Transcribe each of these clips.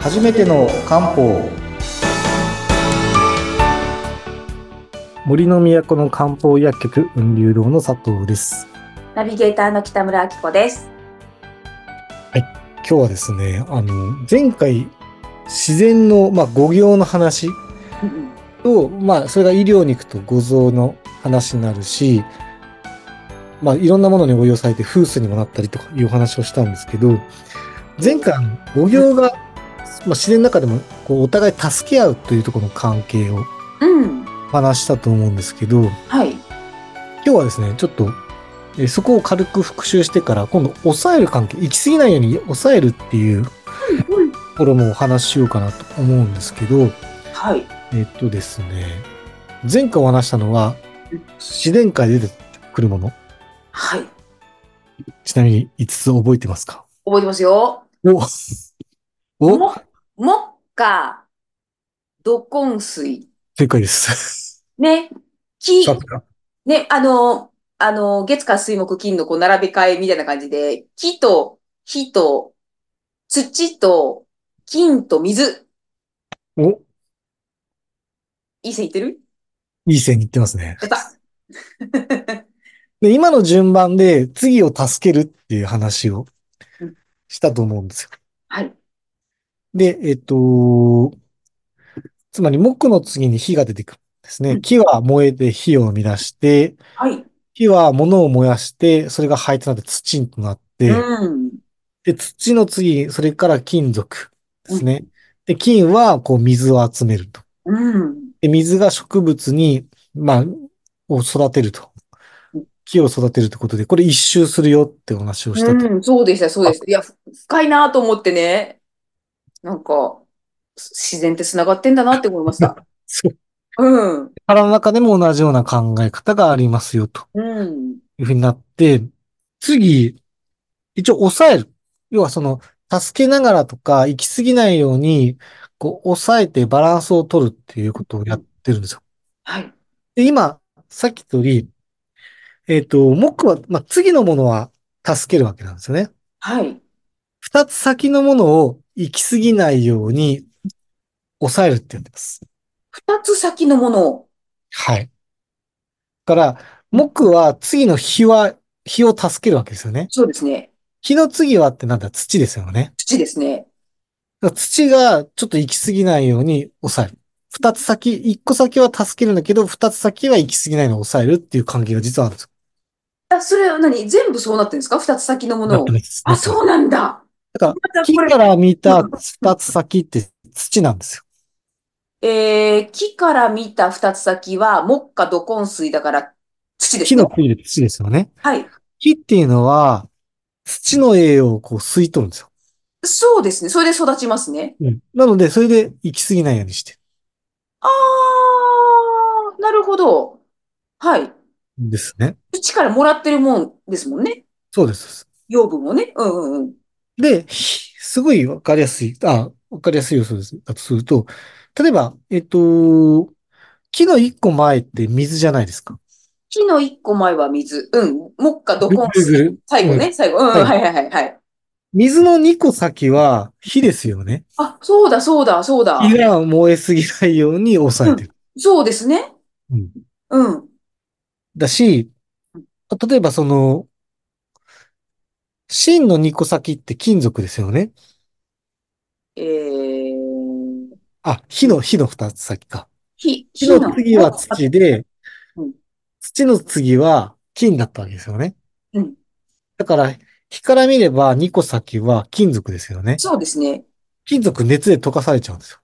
初めての漢方森の都の漢方薬局雲流堂の佐藤ですナビゲーターの北村明子です。今日はですねあの前回自然の、まあ、五行の話と、まあ、それが医療に行くと五臓の話になるし、まあ、いろんなものに応用されて風水にもなったりとかいうお話をしたんですけど、前回、五行が、まあ、自然の中でもこうお互い助け合うというところの関係をうん、お話ししたと思うんですけど、今はい。日はですね、ちょっと、えーそこを軽く復習してから、今度、抑える関係、行き過ぎないように抑えるっていうところもお話ししようかなと思うんですけど、はい。えっとですね、前回お話したのは、自然界で出てくるもの。はい。ちなみに5つ覚えてますか覚えてますよ。おおも、もっか、どこん水。正解です。ね。木。さすがね、あの、あの、月火水木金のこう並べ替えみたいな感じで、木と、火と、土と、金と水。おいい線いってるいい線にいってますね。やった。で、今の順番で次を助けるっていう話をうんしたと思うんですよ。はい。で、えっと、つまり木の次に火が出てくるんですうね。ん木は燃えて火を生み出して、はい。火は物を燃やして、それが灰となって土となって、うん。で、土の次、それから金属ですね。で、金は、こう、水を集めると。うん。で、水が植物に、まあ、を育てるとうん。木を育てるということで、これ一周するよってお話をしたと。うん、そうでした、そうでした。いや、ふ深いなと思ってね、なんか、自然って繋がってんだなって思いま した。そううん、 腹の中でも同じような考え方がありますよ、とうん、いうふうになって、次、一応抑える。要はその、助けながらとか、行き過ぎないように、こう、抑えてバランスを取るっていうことをやってるんですよ。はい、で、今、さっきとり、えっと、木は、まあ、次のものは助けるわけなんですよね。はい、二つ先のものを行き過ぎないように抑えるって言ってます。二つ先のものを、はい。だから、木は次の火は、火を助けるわけですよね。そうですね、火の次はってなんだ、土ですよね。土ですね。だから土がちょっと行き過ぎないように抑える。二つ先、一個先は助けるんだけど、二つ先は行き過ぎないのを抑えるっていう関係が実はあるんですよ。あ、それは何全部そうなってるんですか二つ先のものを。あ、そうなんだ。だかまた木これから見た二つ先って土なんですよ。えー、木から見た二つ先は、木下土根水だから、土です木ねの。次で土ですよね。はい。木っていうのは、土の栄養をこう吸い取るんですよ。そうですね。それで育ちますね。なので、それで行き過ぎないようにしてあー、なるほど。はい。るんですね。土からもらってるもんですもんね。そうです。養分をね。うんうんうん。で、ひすごいわかりやすい、あ、わかりやすい予想です。だとすると、例えば、えっと、木の一個前って水じゃないですか。木の一個前は水。うん。木下土根ぐるぐるぐる最後ね、最後。うんうん、はいはいはいはいはい。水の二個先は火ですよね。あ、そうだそうだそうだ。火が燃えすぎないように抑えてる。そうですね。うんうん。だし、例えばその、芯の2個先って金属ですよね。えー、あ、火の、火の2つ先か。火、火火の次は土でうん、土の次は金だったわけですよね。うん。だから、火から見れば2個先は金属ですよね。そうですね。金属熱で溶かされちゃうんですよ。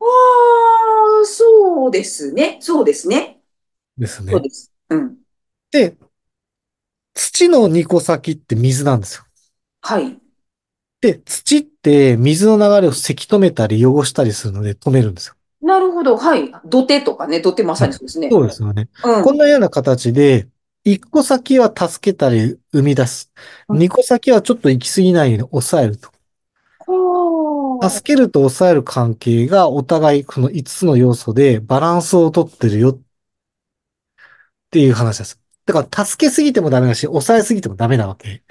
あー、そうですね。そうですね。ですねそう。です。うん。で、土の2個先って水なんですよ。はい。で、土って水の流れをせき止めたり汚したりするので止めるんですよ。なるほど。はい。土手とかね。土手まさにそうですね。そうですよね。うん。こんなような形で、一個先は助けたり生み出す。うん二個先はちょっと行き過ぎないように抑えると。ほー助けると抑える関係がお互いこの5つの要素でバランスをとってるよっていう話です。だから助けすぎてもダメだし、抑えすぎてもダメなわけ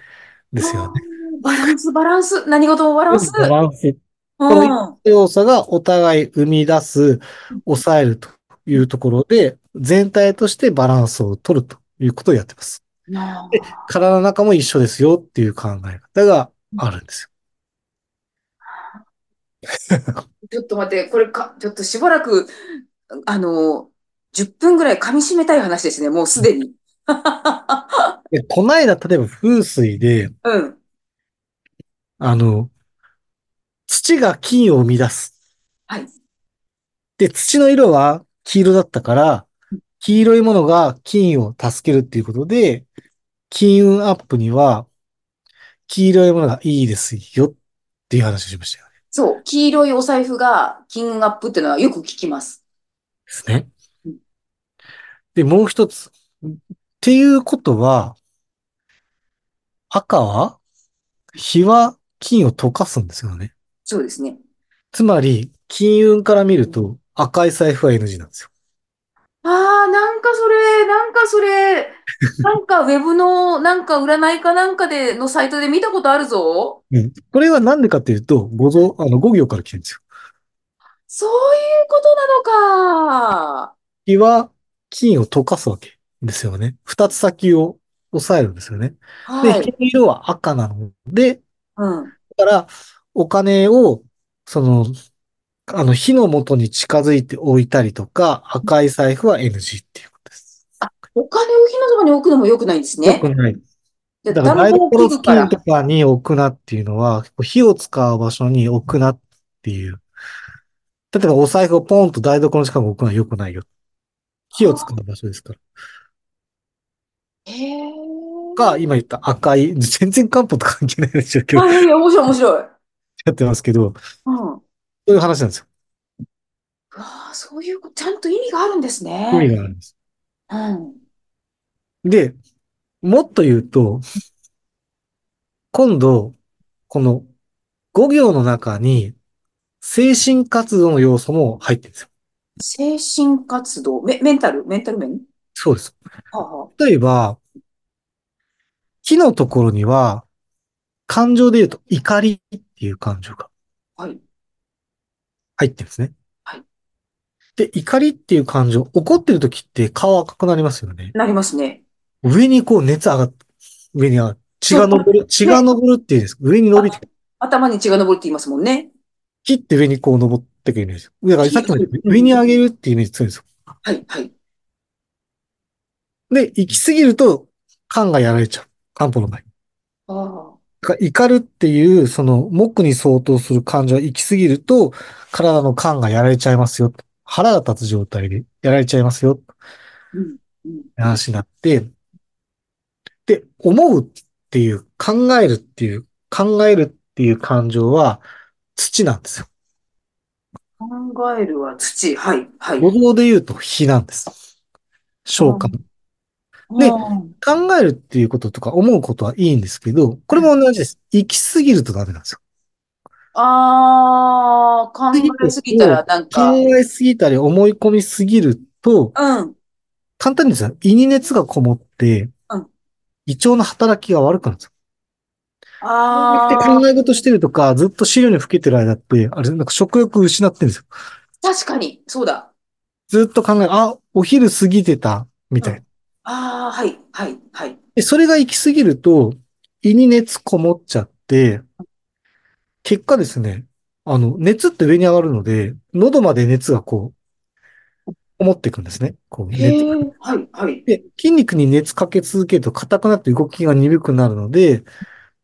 ですよね。あーバランス、バランス。何事もバランス。バランス。このうん要素がお互い生み出す、抑えるというところで、全体としてバランスを取るということをやってます。なあ体の中も一緒ですよっていう考え方があるんですちょっと待って、これか、ちょっとしばらく、あの、10分ぐらい噛み締めたい話ですね、もうす でに。よ。で、こないだ例えば風水で、うん。あの、土が金を生み出す。はい。で、土の色は黄色だったから、黄色いものが金を助けるっていうことで、金運アップには、黄色いものがいいですよっていう話をしましたよね。そう、黄色いお財布が金運アップっていうのはよく聞きます。ですねうん。で、もう一つ。っていうことは、赤は、火は金を溶かすんですよね。そうですね。つまり、金運から見ると赤い財布は NG なんですよ。ああ、なんかそれ、なんか それ、なんかウェブの、なんか占いかなんかで、のサイトで見たことあるぞ。うんこれはなんでかっていうと、五行、あの、五行から来てるんですよ。そういうことなのか。火は金を溶かすわけですよね。二つ先を抑えるんですよね。で、はい。金色は赤なので、うん。だから、お金を、その、あの、火の元に近づいておいたりとか、赤い財布は NG っていうことです。お金を火のそばに置くのも良くないんです良ね。くない。でだから、台暖房を所切付るか近ら。とかに置くなっていうのは、結構火を使う場所に置くなっていう。例えば、お財布をポンと台所の近くに置くのは良くないよ。火を使う場所ですから。へえ。が、今言った赤い、全然漢方と関係ない話を今日あ、いやいや、面白い、面白い。やってますけど、うん。うそういう話なんですよ。わあ、そういうこと、ちゃんと意味があるんですね。意味があるんです。うん。で、もっと言うと、今度、この5行の中に、精神活動の要素も入ってるんですよ。精神活動、メ、メンタル、メンタル面そうです。はあは例えば、火のところには、感情で言うと怒りっていう感情があはい。入ってるんですね。はい。で、怒りっていう感情、怒ってる時って顔赤くなりますよね。なりますね。上にこう熱上がっ、上に上がる。血が昇る、血が昇るっていうんです。上に伸びて頭に血が昇るって言いますもんね。切って上にこう登っていくイメージ。だからさっきも言ったように上に上げるっていうイメージ強いんですよ。はい、はい。で、行き過ぎると、肝がやられちゃう。漢方の場合。ああ。だから怒るっていう、その、目に相当する感情が行き過ぎると、体の肝がやられちゃいますよ。腹が立つ状態でやられちゃいますよ。うん、うん。話になって、で、思うっていう、考えるっていう、考えるっていう感情は、土なんですよ。考えるは土。はい、はい。五行で言うと火なんです。消化のでうん考えるっていうこととか思うことはいいんですけど、これも同じです。行き過ぎるとダメなんですよ。ああ、考えすぎたらなんか、考えすぎたり思い込みすぎると、うん。簡単にですよ。胃に熱がこもってうん、胃腸の働きが悪くなるんですよ。あであ、考え事してるとか、ずっと資料に吹けてる間って、あれ、なんか食欲失ってるんですよ。確かに、そうだ。ずっと考え、あ、お昼過ぎてた、みたいな。ああ、はい、はい、はい。で、それが行き過ぎると、胃に熱こもっちゃって、結果ですね、あの、熱って上に上がるので、喉まで熱がこう、こもっていくんですね。こう、へえ熱。、はい、はい。で、筋肉に熱かけ続けると硬くなって動きが鈍くなるので、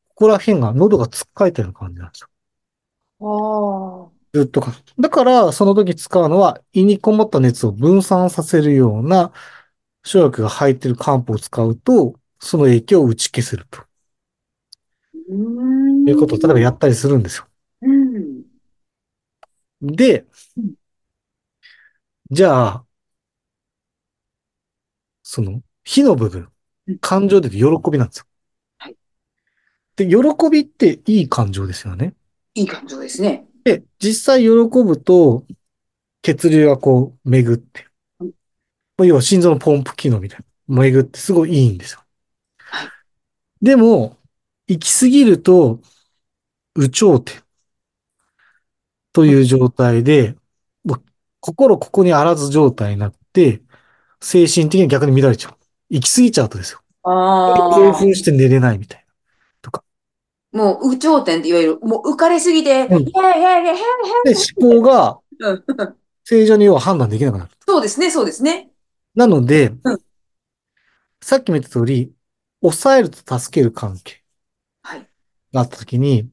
ここら辺が、喉がつっかえたような感じなんですよ。ああ。ずっとか。だから、その時使うのは、胃にこもった熱を分散させるような、生薬が入ってる漢方を使うと、その影響を打ち消せると。うーんいうことを、例えばやったりするんですよ。うん。でうん、じゃあ、その、火の部分うん、感情で言うと喜びなんですよはい。で、喜びっていい感情ですよね。いい感情ですね。で、実際喜ぶと、血流がこう、巡ってうん、まあ要は心臓のポンプ機能みたいな、巡ってすごいいいんですよはい。でも、行き過ぎると、有頂天。という状態で、もう心ここにあらず状態になって、精神的に逆に乱れちゃう。行き過ぎちゃうとですよ。興ああ。奮して寝れないみたいもう、有頂天っていわゆる、もう浮かれすぎて、うんいやいやいやいやな。で、思考がうん 正常に要は判断できなくなる。そうですね、そうですね。なのでうん、さっきも言った通り、抑えると助ける関係はいがあった時に、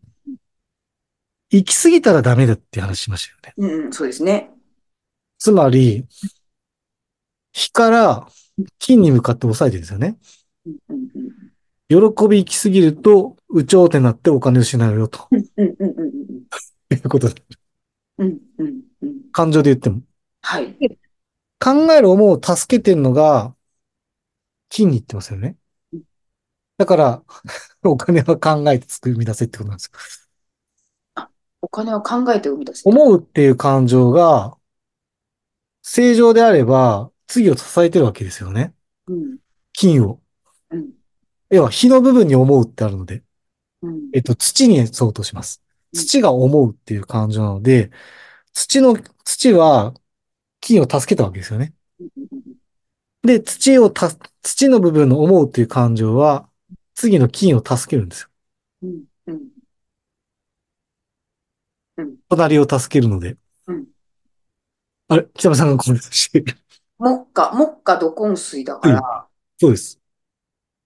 行き過ぎたらダメだって話しましたよね。うん、うん、そうですね。つまり、火から金に向かって抑えてるんですよね。うん、うん、うん喜び行き過ぎると、有頂天になってお金を失うよ、とうん、うん、うんいうことで。うん、うん、うん、うん。感情で言っても。はい。考える思うを助けてるのが、金に行ってますよねうん。だから、 お金は考えて作り出せってことなんですよ。お金を考えて生み出す。思うっていう感情が、正常であれば、次を支えてるわけですよね。うん、金を。うん、要は、火の部分に思うってあるので。うん。えっと、土に相当します。土が思うっていう感情なので、土の、土は金を助けたわけですよね。うんうんうんで、土をた、土の部分の思うっていう感情は、次の金を助けるんですよ。うん、うん、隣を助けるので。うんあれ北村さんがコメントしてる。目下、目下土根水だから、 そうです。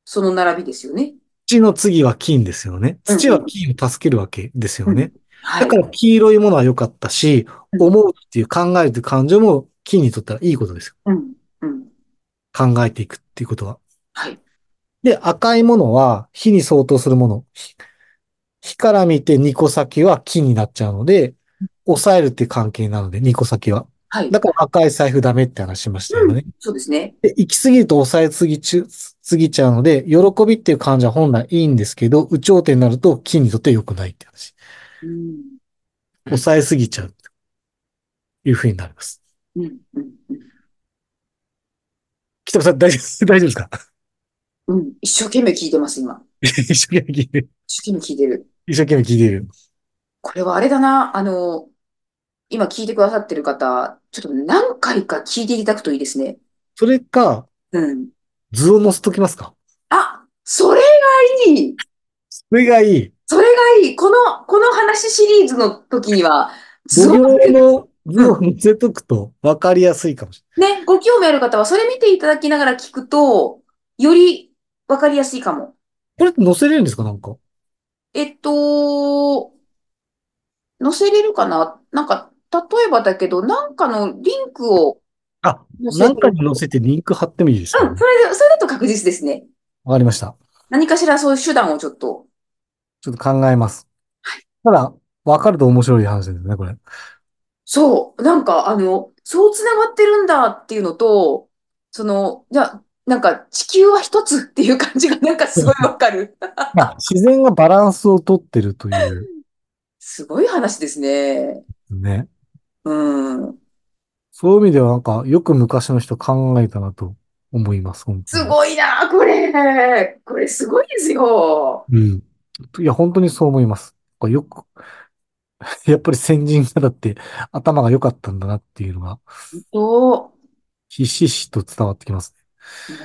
その並びですよね。土の次は金ですよね。土は金を助けるわけですよね。はい。だから黄色いものは良かったし、うん思うっていう考えるっていう感情も金にとったらいいことですよ。うん、うん、考えていくっていうことは。はい。で、赤いものは火に相当するもの。火火から見て2個先は木になっちゃうので、抑えるっていう関係なので、2個先は。はい。だから赤い財布ダメって話しましたよね。そうですね。で、行き過ぎると抑えすぎちゅ、すぎちゃうので、喜びっていう感情は本来いいんですけど、有頂天になると木にとって良くないって話。うん、抑えすぎちゃう。いうふうになります。うん、うん、うん北村さん、大丈夫 です、大丈夫ですかうん。一生懸命聞いてます、今。一生懸命聞いてる。一生懸命聞いてる。一生懸命聞いてる。これはあれだな、あの、今聞いてくださってる方、ちょっと何回か聞いていただくといいですね。それか、うん。図を載せときますかあ、それがいい。それがいい。それがいい。この、この話シリーズの時には、図図を形の図を載せとくと分かりやすいかもしね、ご興味ある方はそれ見ていただきながら聞くと、よりわかりやすいかも。れない。これって載せれるんですかなんか。えっと、載せれるかななんか、例えばだけど、なんかのリンクをあ、載せなんかるに載せてリンク貼ってもいいですかうわ、ん、それで、それだと確実ですね。かりました。何かしらそういう手段をちょっと。ちょっと考えます。ただ、分かると面白い話ですね、これ。そう、なんか、あの、そうつながってるんだっていうのと、その、じゃあ、なんか、地球は一つっていう感じが、なんかすごいわ かる。まあ、自然がバランスをとってるというすごい話ですね。ね。うん。そういう意味ではなんか、よく昔の人考えたなと思います、本当すに。ごいな、これ。これすごいですよ。うん。いや、本当にそう思います。これよく、 やっぱり先人がだって頭が良かったんだなっていうのが、そひしひしと伝わってきます。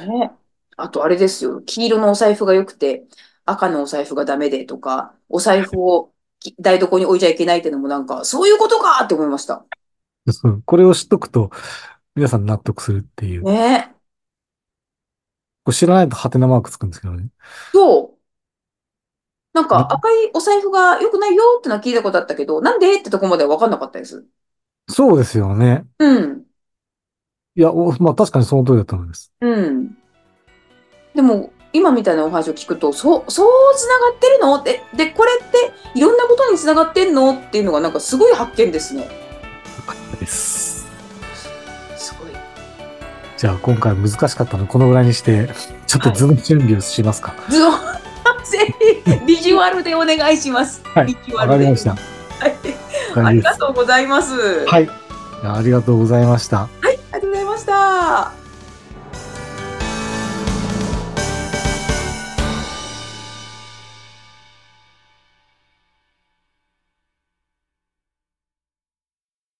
う。ね。あと、あれですよ。黄色のお財布が良くて、赤のお財布がダメでとか、お財布をき台所に置いちゃいけないっていうのもなんか、そういうことかって思いました。そうこれを知っとくと、皆さん納得するっていう。こね。れ知らないとハテナマークつくんですけどね。そう。ななんんかか赤いお財布が良くないよってのは聞いたことあったけど、なんでってとこまでは分かんなかったです。そうですよね。うん、いや、おまあ確かにその通りだと思います。うん。でも、今みたいなお話を聞くと、そう、そうつながってるのって、で、これっていろんなことにつながってんのっていうのがなんかすごい発見ですね。です。すごい。じゃあ今回難しかったのでこのぐらいにして、ちょっと図の準備をしますか。図を、 ぜひ、ビジュアルでお願いします。はいビジュわ、アかルりで。ました。はい。わかありりまがしとうございます。たはい。いやありがとうございました。ありがとうございました。